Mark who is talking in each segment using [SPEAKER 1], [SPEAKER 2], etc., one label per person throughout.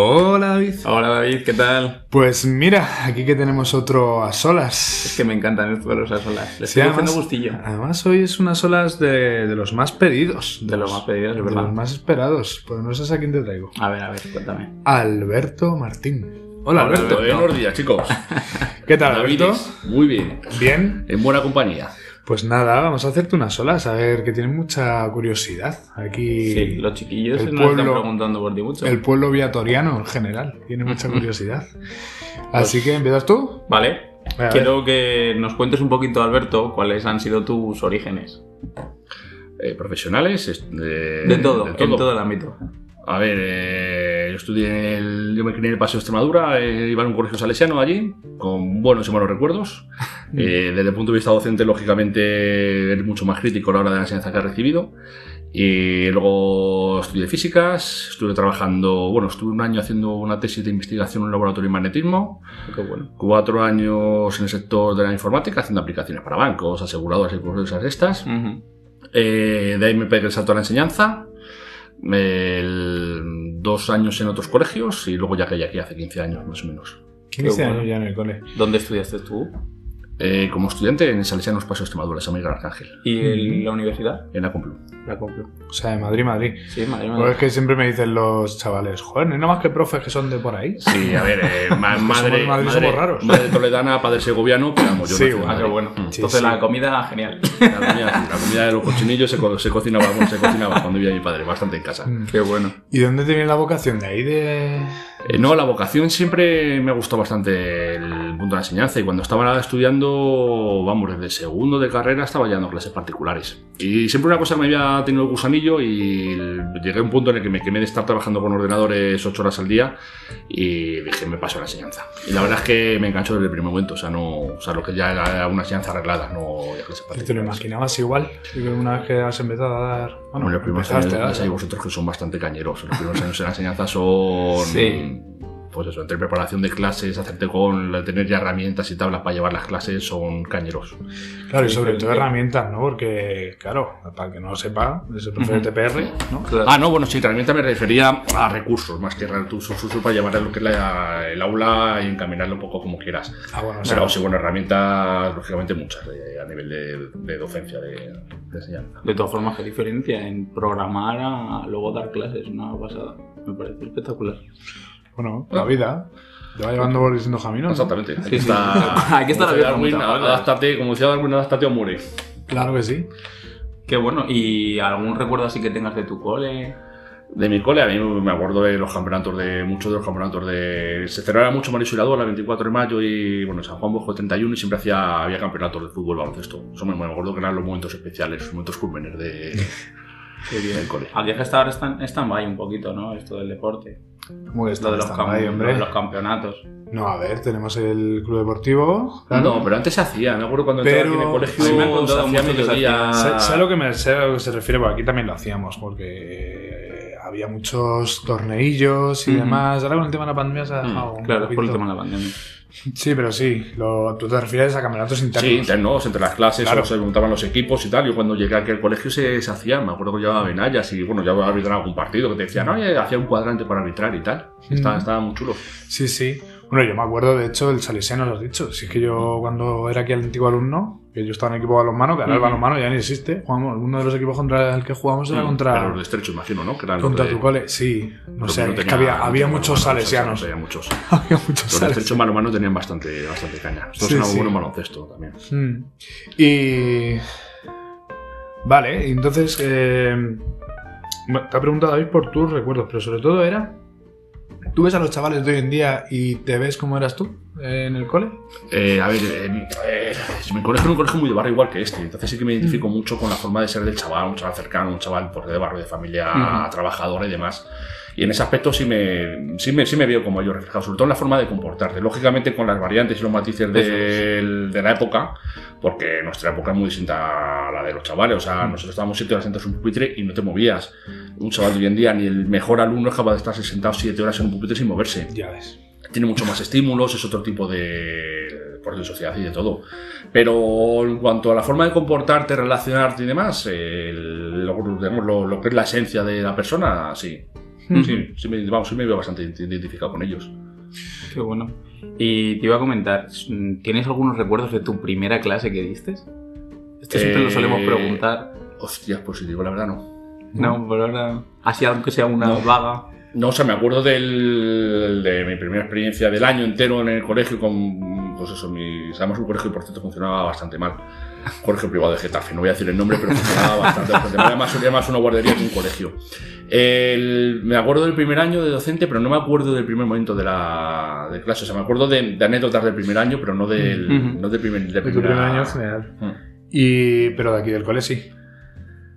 [SPEAKER 1] Hola David.
[SPEAKER 2] Hola David, ¿qué tal?
[SPEAKER 1] Pues mira, aquí que tenemos otro a solas.
[SPEAKER 2] Es que me encantan estos los asolas. Les
[SPEAKER 1] Sí,
[SPEAKER 2] estoy
[SPEAKER 1] además-
[SPEAKER 2] haciendo gustillo.
[SPEAKER 1] Además hoy es unas olas de, de los más pedidos.
[SPEAKER 2] De los más pedidos, es
[SPEAKER 1] de
[SPEAKER 2] verdad.
[SPEAKER 1] los más esperados. Pues no sé a quién te traigo.
[SPEAKER 2] A ver, a ver, cuéntame.
[SPEAKER 1] Alberto Martín. Hola, Alberto.
[SPEAKER 3] Alberto, buenos días, chicos.
[SPEAKER 1] ¿Qué tal Alberto?
[SPEAKER 3] Davides, Muy bien.
[SPEAKER 1] Bien.
[SPEAKER 3] En buena compañía.
[SPEAKER 1] Pues nada, vamos a hacerte unas olas. A ver, que tienen mucha curiosidad. Aquí
[SPEAKER 2] Sí, los chiquillos
[SPEAKER 1] el
[SPEAKER 2] no están
[SPEAKER 1] pueblo-
[SPEAKER 2] preguntando por ti mucho.
[SPEAKER 1] el pueblo viatoriano en general tiene mucha curiosidad. Así que empiezas tú.
[SPEAKER 2] Vale.
[SPEAKER 1] A ver.
[SPEAKER 2] Pues Quiero que nos cuentes un poquito, Alberto, cuáles han sido tus orígenes.
[SPEAKER 3] Eh, profesionales. est- eh,
[SPEAKER 2] De todo, en todo el ámbito.
[SPEAKER 3] A ver, eh, yo estudié en el, yo me crié en el Paseo de Extremadura, eh, iba a un colegio salesiano allí, con buenos y malos recuerdos. Eh, desde el punto de vista docente, lógicamente, es mucho más crítico a la hora de la enseñanza que he recibido. Y luego estudié físicas, estuve trabajando, bueno, estuve un año haciendo una tesis de investigación en un laboratorio de magnetismo,
[SPEAKER 2] Qué bueno.
[SPEAKER 3] cuatro años en el sector de la informática haciendo aplicaciones para bancos, aseguradoras y cosas de estas.
[SPEAKER 2] Ujú.
[SPEAKER 3] Eh, de ahí me pegué el salto a la enseñanza. El- dos años en otros colegios y luego ya caí aquí hace 15 años más o menos.
[SPEAKER 1] 15
[SPEAKER 2] bueno.
[SPEAKER 1] años ya en el cole.
[SPEAKER 2] ¿Dónde estudiaste tú?
[SPEAKER 3] Eh, como estudiante en Salesianos Pasos Extremadura, San Miguel Arcángel,
[SPEAKER 2] ¿Y el-
[SPEAKER 1] Ujú.
[SPEAKER 2] la universidad?
[SPEAKER 3] en la Complu.
[SPEAKER 2] La compro.
[SPEAKER 1] O sea, de Madrid, Madrid.
[SPEAKER 2] Sí, madre mía. Ah,
[SPEAKER 1] Pues es que siempre me dicen los chavales, joder, no hay nada más que profes que son de por ahí.
[SPEAKER 2] Mm,
[SPEAKER 3] Sí, a ver, eh, ma- madre,
[SPEAKER 1] Madrid, somos raros.
[SPEAKER 3] madre toledana, padre segoviano, pero vamos, yo
[SPEAKER 1] Sí,
[SPEAKER 3] nací en
[SPEAKER 1] bueno.
[SPEAKER 2] Ah, qué
[SPEAKER 3] Madrid.
[SPEAKER 2] bueno.
[SPEAKER 1] Sí,
[SPEAKER 2] Entonces
[SPEAKER 1] sí.
[SPEAKER 2] la comida, genial.
[SPEAKER 3] La comida, la comida de los cochinillos se, co- se cocinaba, bueno, se cocinaba cuando vivía mi padre, bastante en casa.
[SPEAKER 2] qué bueno.
[SPEAKER 1] ¿Y dónde te viene la vocación? ¿De ahí de...?
[SPEAKER 3] Eh, no, la vocación siempre me ha gustado bastante el punto de la enseñanza y cuando estaba estudiando, vamos, desde segundo de carrera estaba ya dando clases particulares. Y siempre una cosa que me había tenido el gusanillo y el- llegué a un punto en el que me quemé de estar trabajando con ordenadores ocho horas al día y dije, me paso a la enseñanza. Y la verdad es que me enganchó desde el primer momento, o sea, no, o sea, lo que ya era una enseñanza arreglada, no
[SPEAKER 1] que
[SPEAKER 3] ya clases
[SPEAKER 1] ¿Te lo
[SPEAKER 2] pues.
[SPEAKER 3] particulares.
[SPEAKER 1] imaginabas igual? Y que una vez que has empezado a dar...
[SPEAKER 3] Bueno, los primeros años
[SPEAKER 1] empezaste a
[SPEAKER 3] ya
[SPEAKER 1] dar-
[SPEAKER 3] sabéis vosotros que son bastante cañeros. Los primeros años en la enseñanza son.
[SPEAKER 2] Sí.
[SPEAKER 3] Pues eso, entre preparación de clases, hacerte con. tener ya herramientas y tablas para llevar las clases, son cañeros.
[SPEAKER 1] Claro, y
[SPEAKER 2] Sí,
[SPEAKER 1] sobre
[SPEAKER 2] sí,
[SPEAKER 1] todo
[SPEAKER 2] sí.
[SPEAKER 1] herramientas, ¿no? Porque, claro, para el que no lo sepa, es el profe de
[SPEAKER 2] Ujú.
[SPEAKER 1] TPR, ¿no?
[SPEAKER 2] Claro.
[SPEAKER 3] Ah, no, bueno, sí, herramienta me refería a recursos, más que recursos usos para llevar a lo que es la- el aula y encaminarlo un poco como quieras.
[SPEAKER 1] Ah, bueno, o sea,
[SPEAKER 3] Pero sí, bueno, herramientas, lógicamente muchas eh, a nivel de, de docencia, de, de enseñanza.
[SPEAKER 2] De todas formas, qué diferencia en programar a luego dar clases, una pasada. Me parece espectacular.
[SPEAKER 1] bueno, la vida te va llevando por distintos caminos. ¿no?
[SPEAKER 3] Exactamente. Hay
[SPEAKER 2] Sí,
[SPEAKER 3] que
[SPEAKER 2] sí.
[SPEAKER 3] estar,
[SPEAKER 2] Hay que estar
[SPEAKER 3] como
[SPEAKER 2] abierto
[SPEAKER 3] decía Darwin,
[SPEAKER 2] a muchas cosas.
[SPEAKER 3] adáptate, como decía Darwin, adáptate o muere.
[SPEAKER 1] Claro que sí.
[SPEAKER 2] Qué bueno. ¿Y algún recuerdo así que tengas de tu cole?
[SPEAKER 3] de mi cole, a mí me acuerdo de los campeonatos de muchos de los campeonatos de se celebraba mucho Marisol y la Dola, 24 de mayo y bueno, San Juan Bosco el 31 y siempre hacía había campeonatos de fútbol, baloncesto. Eso me, me acuerdo que eran los momentos especiales, los momentos cúlmenes de,
[SPEAKER 2] Qué bien.
[SPEAKER 3] del cole.
[SPEAKER 2] Habría que estar en stand-by un poquito, ¿no? Esto del deporte.
[SPEAKER 1] Como que
[SPEAKER 2] Esto
[SPEAKER 1] está,
[SPEAKER 2] de los,
[SPEAKER 1] está
[SPEAKER 2] cam-
[SPEAKER 1] ahí,
[SPEAKER 2] lo
[SPEAKER 1] hombre.
[SPEAKER 2] de los campeonatos.
[SPEAKER 1] No, a ver, tenemos el club deportivo.
[SPEAKER 3] No, pero antes se hacía, me acuerdo cuando
[SPEAKER 1] Pero-
[SPEAKER 3] entraba aquí en el colegio,
[SPEAKER 1] a mí me han
[SPEAKER 2] contado
[SPEAKER 3] se hacía
[SPEAKER 2] mucho que se
[SPEAKER 3] mediodía-
[SPEAKER 1] Sé, sé a lo que me, sé a lo que se refiere, porque aquí también lo hacíamos, porque había muchos torneillos y
[SPEAKER 2] Ujú.
[SPEAKER 1] demás. Ahora con el tema de la pandemia se ha
[SPEAKER 3] Mm,
[SPEAKER 1] dejado. un
[SPEAKER 2] Claro, es por el
[SPEAKER 1] poquito.
[SPEAKER 2] tema de la pandemia.
[SPEAKER 1] Sí, pero sí. lo- tú te refieres a campeonatos internos.
[SPEAKER 3] Sí, internos, entre las clases,
[SPEAKER 1] Claro.
[SPEAKER 3] o se montaban los equipos y tal. Yo cuando llegué aquí al colegio se, se hacía, me acuerdo que llevaba venallas y bueno, ya había arbitrado algún partido que te decían, oye, hacía un cuadrante para arbitrar y tal. Estaba,
[SPEAKER 1] Mm.
[SPEAKER 3] estaba muy chulo.
[SPEAKER 1] Sí, sí. Bueno, yo me acuerdo, de hecho, el salesiano, lo has dicho. Si es que yo, cuando era aquí el antiguo alumno, que yo estaba en el equipo de balonmano, que ahora el
[SPEAKER 2] Ujú.
[SPEAKER 1] balonmano ya ni existe. Jugamos, uno de los equipos contra el que jugamos era
[SPEAKER 3] Mm,
[SPEAKER 1] contra.
[SPEAKER 3] Pero los de estrecho, imagino, ¿no? Que eran los
[SPEAKER 1] Contra
[SPEAKER 3] de-
[SPEAKER 1] tu cole, sí.
[SPEAKER 3] los
[SPEAKER 1] No
[SPEAKER 3] que
[SPEAKER 1] sé,
[SPEAKER 3] no
[SPEAKER 1] es que
[SPEAKER 3] tenían-
[SPEAKER 1] había,
[SPEAKER 3] no
[SPEAKER 1] había
[SPEAKER 3] tenían
[SPEAKER 1] muchos
[SPEAKER 3] balonmano,
[SPEAKER 1] salesianos.
[SPEAKER 3] Había muchos.
[SPEAKER 1] Había muchos
[SPEAKER 3] Los de
[SPEAKER 1] salesianos.
[SPEAKER 3] estrecho balonmano tenían bastante, bastante caña. Nosotros
[SPEAKER 1] Sí,
[SPEAKER 3] éramos
[SPEAKER 1] sí.
[SPEAKER 3] buenos en baloncesto también.
[SPEAKER 1] Mm. Y. Vale, entonces. eh, bueno, Te ha preguntado David por tus recuerdos, pero sobre todo era. ¿Tú ves a los chavales de hoy en día y te ves como eras tú eh, en el cole?
[SPEAKER 3] Eh, a ver, eh, eh, mi colegio era un colegio muy de barrio igual que este, entonces sí que me identifico mucho con la forma de ser del chaval, un chaval cercano, un chaval por de barrio, de familia
[SPEAKER 2] Ujú.
[SPEAKER 3] trabajadora y demás. Y en ese aspecto sí me, sí me, sí me veo como yo reflejado, sobre todo en la forma de comportarte. Lógicamente con las variantes y los matices del- de la época, porque nuestra época es muy distinta a la de los chavales. O sea, nosotros estábamos siete horas sentados en un pupitre y no te movías. Un chaval de hoy en día, ni el mejor alumno es capaz de estar sentado siete horas en un pupitre sin moverse
[SPEAKER 1] Ya ves.
[SPEAKER 3] tiene mucho más estímulos, es otro tipo de, por de sociedad y de todo. Pero en cuanto a la forma de comportarte, relacionarte y demás, eh, lo, digamos, lo- lo que es la esencia de la persona, sí. Sí, sí me, vamos, sí me veo bastante identificado con ellos.
[SPEAKER 2] Qué bueno. Y te iba a comentar, ¿tienes algunos recuerdos de tu primera clase que diste? Esto siempre lo solemos
[SPEAKER 3] Eh,
[SPEAKER 2] preguntar.
[SPEAKER 3] Hostias, pues si digo la verdad, no.
[SPEAKER 2] No, por ahora. Así, aunque sea una vaga.
[SPEAKER 3] No, o sea, me acuerdo del, de mi primera experiencia del año entero en el colegio con, pues eso, mi, sabemos un colegio que por cierto funcionaba bastante mal. Colegio privado de Getafe, no voy a decir el nombre, pero funcionaba bastante, bastante mal. Era más, era más una guardería que un colegio. El- me acuerdo del primer año de docente, pero no me acuerdo del primer momento de la de clase. O sea, me acuerdo de, de anécdotas del primer año, pero no del,
[SPEAKER 2] Ujú.
[SPEAKER 3] no del primer, del
[SPEAKER 1] De tu primer
[SPEAKER 3] primera-
[SPEAKER 1] año en general.
[SPEAKER 3] Mm.
[SPEAKER 1] Y, pero de aquí del cole sí.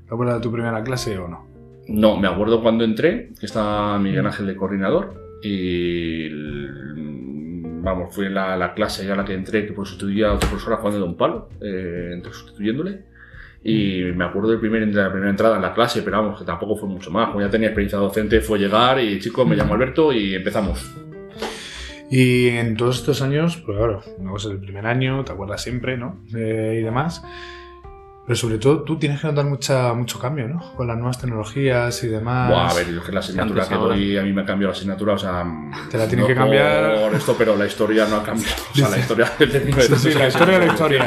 [SPEAKER 1] ¿Te acuerdas de tu primera clase o no?
[SPEAKER 3] No, me acuerdo cuando entré, que estaba Miguel Ángel de coordinador, y el- vamos, fue la, la clase ya a la que entré, que pues sustituía a otra profesora, Juan de Don Palo, eh, entré sustituyéndole. Y me acuerdo del primer, de la primera entrada en la clase, pero vamos, que tampoco fue mucho más. Como ya tenía experiencia docente, fue llegar y chicos, me llamo Alberto y empezamos.
[SPEAKER 1] Y en todos estos años, pues claro, una cosa es el primer año, te acuerdas siempre, ¿no? Eh, y demás. Pero sobre todo tú tienes que notar mucha, mucho cambio, ¿no? Con las nuevas tecnologías y demás.
[SPEAKER 3] Buah, a ver, yo es que la asignatura
[SPEAKER 2] Antes
[SPEAKER 3] que
[SPEAKER 2] ahora.
[SPEAKER 3] doy, a mí me ha cambiado la asignatura, o sea.
[SPEAKER 1] Te la tienen
[SPEAKER 3] no
[SPEAKER 1] que cambiar.
[SPEAKER 3] Por esto, pero la historia no ha cambiado. O sea, la historia del
[SPEAKER 1] Sí, sí, la historia de la historia.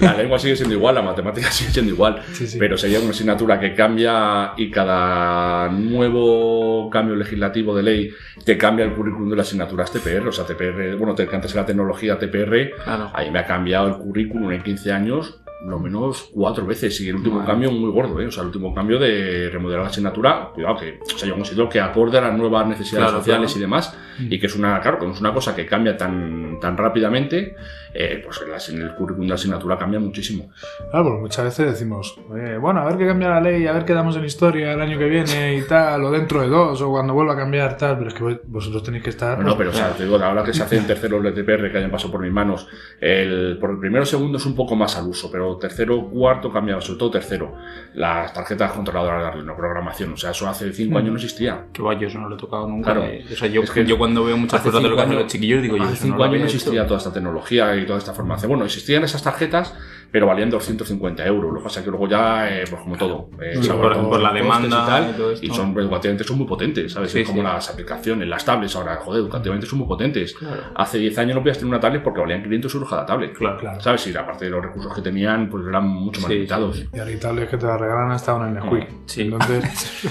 [SPEAKER 3] La lengua sigue siendo igual, la matemática sigue siendo igual.
[SPEAKER 1] Sí, sí.
[SPEAKER 3] Pero sería una asignatura que cambia y cada nuevo cambio legislativo de ley te cambia el currículum de la asignatura TPR. O sea, TPR, bueno, te antes era tecnología TPR.
[SPEAKER 2] Claro.
[SPEAKER 3] Ahí me ha cambiado el currículum en 15 años lo menos cuatro veces y el último
[SPEAKER 2] Madre.
[SPEAKER 3] cambio muy gordo, ¿eh? o sea, el último cambio de remodelar la asignatura, cuidado que, o sea, yo considero que acorde a las nuevas necesidades
[SPEAKER 2] Claro,
[SPEAKER 3] sociales
[SPEAKER 2] claro. Mm.
[SPEAKER 3] y demás, y que es una, claro, como es una cosa que cambia tan, tan rápidamente, eh, pues en, las- en el currículum de la asignatura cambia muchísimo.
[SPEAKER 1] Claro, porque muchas veces decimos, eh, bueno, a ver qué cambia la ley, a ver qué damos en historia el año que viene y tal, o dentro de dos, o cuando vuelva a cambiar tal, pero es que vos- vosotros tenéis que estar...
[SPEAKER 3] No, no, pero o sea, te digo, ahora que se hace en tercero el TPR que hayan pasado por mis manos, el, por el primero segundo es un poco más al uso, pero tercero, cuarto cambia, sobre todo tercero, las tarjetas controladoras de la programación, o sea, eso hace
[SPEAKER 2] Mm.
[SPEAKER 3] cinco años no existía.
[SPEAKER 2] Que va, yo eso no lo he tocado nunca.
[SPEAKER 3] Claro.
[SPEAKER 2] eh. O sea, yo,
[SPEAKER 3] Es que
[SPEAKER 2] yo cuando veo muchas
[SPEAKER 3] hace
[SPEAKER 2] cosas de lo
[SPEAKER 3] cinco
[SPEAKER 2] que hacen
[SPEAKER 3] años-
[SPEAKER 2] los chiquillos, digo yo,
[SPEAKER 3] Hace
[SPEAKER 2] eso
[SPEAKER 3] cinco
[SPEAKER 2] no lo
[SPEAKER 3] años
[SPEAKER 2] había
[SPEAKER 3] no
[SPEAKER 2] hecho.
[SPEAKER 3] existía toda esta tecnología y toda esta formación. Bueno, existían esas tarjetas, pero valían 250 euros. Lo que pasa es que luego ya, eh, pues como todo, eh,
[SPEAKER 1] Sí,
[SPEAKER 3] se
[SPEAKER 1] por-
[SPEAKER 3] abordó
[SPEAKER 1] por la
[SPEAKER 3] costes
[SPEAKER 2] demanda
[SPEAKER 3] y,
[SPEAKER 2] y todo esto.
[SPEAKER 3] y son pues, guantes son muy potentes, ¿sabes?
[SPEAKER 2] Sí,
[SPEAKER 3] Es como
[SPEAKER 2] sí.
[SPEAKER 3] las aplicaciones, las tablets ahora, joder, educativamente son muy potentes.
[SPEAKER 2] Claro.
[SPEAKER 3] Hace 10 años no podías tener una tablet porque valían 500 euros cada tablet.
[SPEAKER 2] Claro,
[SPEAKER 1] Claro.
[SPEAKER 3] ¿Sabes? Y aparte de los recursos que tenían, pues eran mucho más
[SPEAKER 2] Sí,
[SPEAKER 3] limitados.
[SPEAKER 1] Y ahora Italia es que te la regalan hasta una Nesquik.
[SPEAKER 2] Sí.
[SPEAKER 1] Entonces,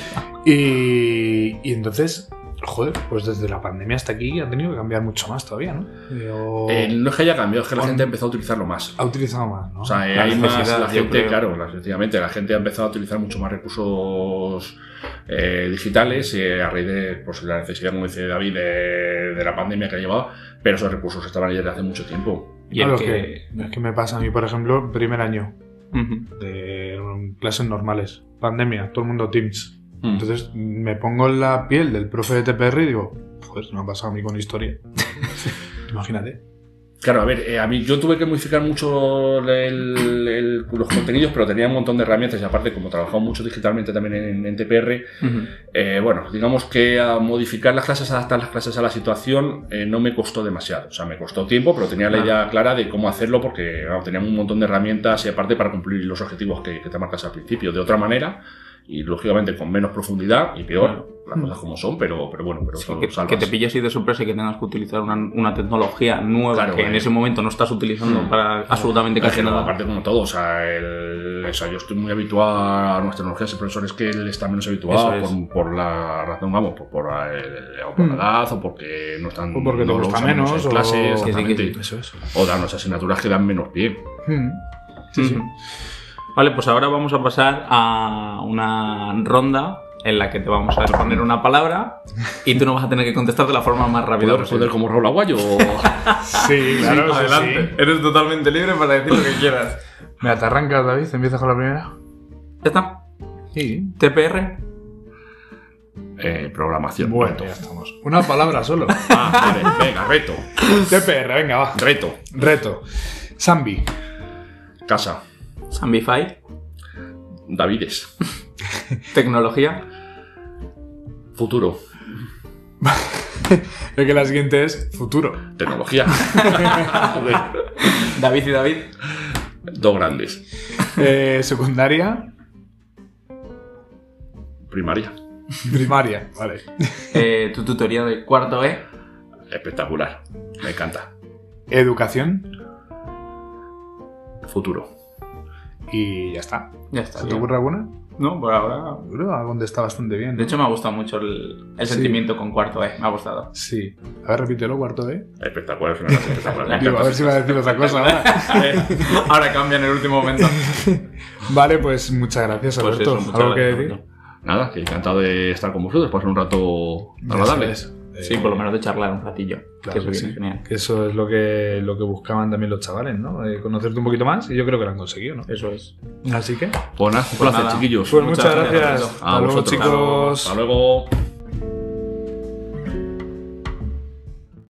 [SPEAKER 1] y, y entonces, joder, pues desde la pandemia hasta aquí ha tenido que cambiar mucho más todavía, ¿no? Eh, o-
[SPEAKER 3] Eh, no es que haya cambiado, es que la
[SPEAKER 1] Con-
[SPEAKER 3] gente ha empezado a utilizarlo más.
[SPEAKER 1] Ha utilizado más, ¿no?
[SPEAKER 3] O sea, eh,
[SPEAKER 2] La
[SPEAKER 3] hay más
[SPEAKER 2] necesidad,
[SPEAKER 3] la
[SPEAKER 2] yo
[SPEAKER 3] gente,
[SPEAKER 2] creo.
[SPEAKER 3] claro, la- sencillamente la gente ha empezado a utilizar mucho más recursos eh, digitales eh, a raíz de pues, la necesidad, como dice David, de, de la pandemia que ha llevado, pero esos recursos estaban ahí desde hace mucho tiempo.
[SPEAKER 2] Y el
[SPEAKER 1] Claro
[SPEAKER 2] que.
[SPEAKER 1] que- es que me pasa a mí, por ejemplo, primer año
[SPEAKER 2] Ujú.
[SPEAKER 1] de clases normales, pandemia, todo el mundo Teams.
[SPEAKER 2] Hmm.
[SPEAKER 1] Entonces me pongo en la piel del profe de TPR y digo, pues no ha pasado a mí con historia. Imagínate.
[SPEAKER 3] Claro, a ver, eh, a mí yo tuve que modificar mucho el- el- los contenidos, pero tenía un montón de herramientas y aparte, como trabajaba mucho digitalmente también en, en TPR,
[SPEAKER 2] Ujú.
[SPEAKER 3] Eh, bueno, digamos que a modificar las clases, adaptar las clases a la situación, eh, no me costó demasiado. O sea, me costó tiempo, pero tenía la
[SPEAKER 2] Claro.
[SPEAKER 3] idea clara de cómo hacerlo porque claro, teníamos un montón de herramientas y aparte para cumplir los objetivos que, que te marcas al principio. De otra manera, y lógicamente con menos profundidad y peor,
[SPEAKER 2] Claro.
[SPEAKER 3] las cosas como son, pero, pero bueno, pero
[SPEAKER 2] Sí,
[SPEAKER 3] son
[SPEAKER 2] que,
[SPEAKER 3] salvas.
[SPEAKER 2] que te pillas y de sorpresa y que tengas que utilizar una, una tecnología nueva
[SPEAKER 3] Claro,
[SPEAKER 2] que en
[SPEAKER 3] eh.
[SPEAKER 2] ese momento no estás utilizando
[SPEAKER 3] Mm.
[SPEAKER 2] para absolutamente
[SPEAKER 3] Es
[SPEAKER 2] casi
[SPEAKER 3] que no,
[SPEAKER 2] nada.
[SPEAKER 3] aparte como todo, o sea, el- o sea, yo estoy muy habituado a nuestras tecnologías, el profesor es que él está menos habituado
[SPEAKER 2] Eso es.
[SPEAKER 3] por, por la razón, vamos, por, por, el- o por la
[SPEAKER 1] Mm.
[SPEAKER 3] edad, o porque no están
[SPEAKER 1] O Pues porque
[SPEAKER 3] no
[SPEAKER 1] te
[SPEAKER 3] lo
[SPEAKER 1] gusta
[SPEAKER 3] usan
[SPEAKER 1] menos,
[SPEAKER 3] en
[SPEAKER 1] o-
[SPEAKER 3] clases,
[SPEAKER 1] que sí, que
[SPEAKER 3] exactamente.
[SPEAKER 2] sí.
[SPEAKER 1] Eso es.
[SPEAKER 3] o darnos asignaturas que dan menos pie.
[SPEAKER 1] Sí, sí.
[SPEAKER 2] Ujú. Vale, pues ahora vamos a pasar a una ronda en la que te vamos a poner una palabra y tú no vas a tener que contestar de la forma más rápida
[SPEAKER 3] ¿Puedo responder como Raúl Aguayo? o-
[SPEAKER 1] Sí, claro, sí, sí.
[SPEAKER 2] Eres totalmente libre para decir lo que quieras.
[SPEAKER 1] Mira, te arrancas, David, empiezas con la primera.
[SPEAKER 2] ¿Ya está?
[SPEAKER 1] Sí.
[SPEAKER 2] ¿TPR?
[SPEAKER 3] Eh, programación.
[SPEAKER 1] Bueno,
[SPEAKER 3] reto.
[SPEAKER 1] ya estamos. Una palabra solo.
[SPEAKER 3] Ah, vale, venga, reto.
[SPEAKER 1] TPR, venga, va.
[SPEAKER 3] Reto.
[SPEAKER 1] Reto. Zambi.
[SPEAKER 3] Casa.
[SPEAKER 2] ¿Zambify?
[SPEAKER 3] Davides.
[SPEAKER 2] ¿Tecnología?
[SPEAKER 3] Futuro.
[SPEAKER 1] Es que la siguiente es futuro.
[SPEAKER 3] Tecnología. Joder.
[SPEAKER 2] ¿David y David?
[SPEAKER 3] Dos grandes.
[SPEAKER 1] Eh, secundaria.
[SPEAKER 3] Primaria.
[SPEAKER 1] Primaria, vale.
[SPEAKER 2] Eh, tu tutoría de cuarto E.
[SPEAKER 3] Espectacular. Me encanta.
[SPEAKER 1] Educación
[SPEAKER 3] Futuro.
[SPEAKER 1] y ya está.
[SPEAKER 2] Ya está.
[SPEAKER 1] ¿Se te
[SPEAKER 2] bien.
[SPEAKER 1] ocurre alguna?
[SPEAKER 2] No, por ahora.
[SPEAKER 1] Yo creo que ha contestado bastante bien.
[SPEAKER 2] De hecho, me ha gustado mucho el, el
[SPEAKER 1] Sí.
[SPEAKER 2] sentimiento con cuarto E. Me ha gustado.
[SPEAKER 1] Sí. A ver, repítelo, cuarto E.
[SPEAKER 3] Espectacular, es una cosa espectacular. Me
[SPEAKER 1] Digo, a
[SPEAKER 3] encanta.
[SPEAKER 1] ver si va a decir otra cosa ahora.
[SPEAKER 2] ahora cambia en el último momento.
[SPEAKER 1] Vale, pues muchas gracias,
[SPEAKER 2] Pues
[SPEAKER 1] Alberto.
[SPEAKER 2] eso, muchas
[SPEAKER 1] ¿Algo que
[SPEAKER 2] gracias,
[SPEAKER 1] decir?
[SPEAKER 2] Fernando.
[SPEAKER 3] Nada, que encantado de estar con vosotros, pasar un rato agradable.
[SPEAKER 1] Eso es.
[SPEAKER 2] Sí,
[SPEAKER 1] Eh,
[SPEAKER 2] por lo menos de charlar un ratillo.
[SPEAKER 1] Claro
[SPEAKER 2] que
[SPEAKER 1] que
[SPEAKER 2] eso viene
[SPEAKER 1] sí.
[SPEAKER 2] genial.
[SPEAKER 1] que Eso es lo que, lo que buscaban también los chavales, ¿no? Eh, conocerte un poquito más y yo creo que lo han conseguido, ¿no?
[SPEAKER 2] Eso es.
[SPEAKER 1] Así que.
[SPEAKER 3] Pues nada, un
[SPEAKER 2] Pues
[SPEAKER 3] placer,
[SPEAKER 2] nada.
[SPEAKER 3] chiquillos.
[SPEAKER 1] Pues
[SPEAKER 2] Muchas
[SPEAKER 1] muchas
[SPEAKER 2] gracias,
[SPEAKER 1] gracias.
[SPEAKER 2] Alberto.
[SPEAKER 1] Hasta luego,
[SPEAKER 3] vosotros.
[SPEAKER 1] chicos.
[SPEAKER 3] Hasta luego.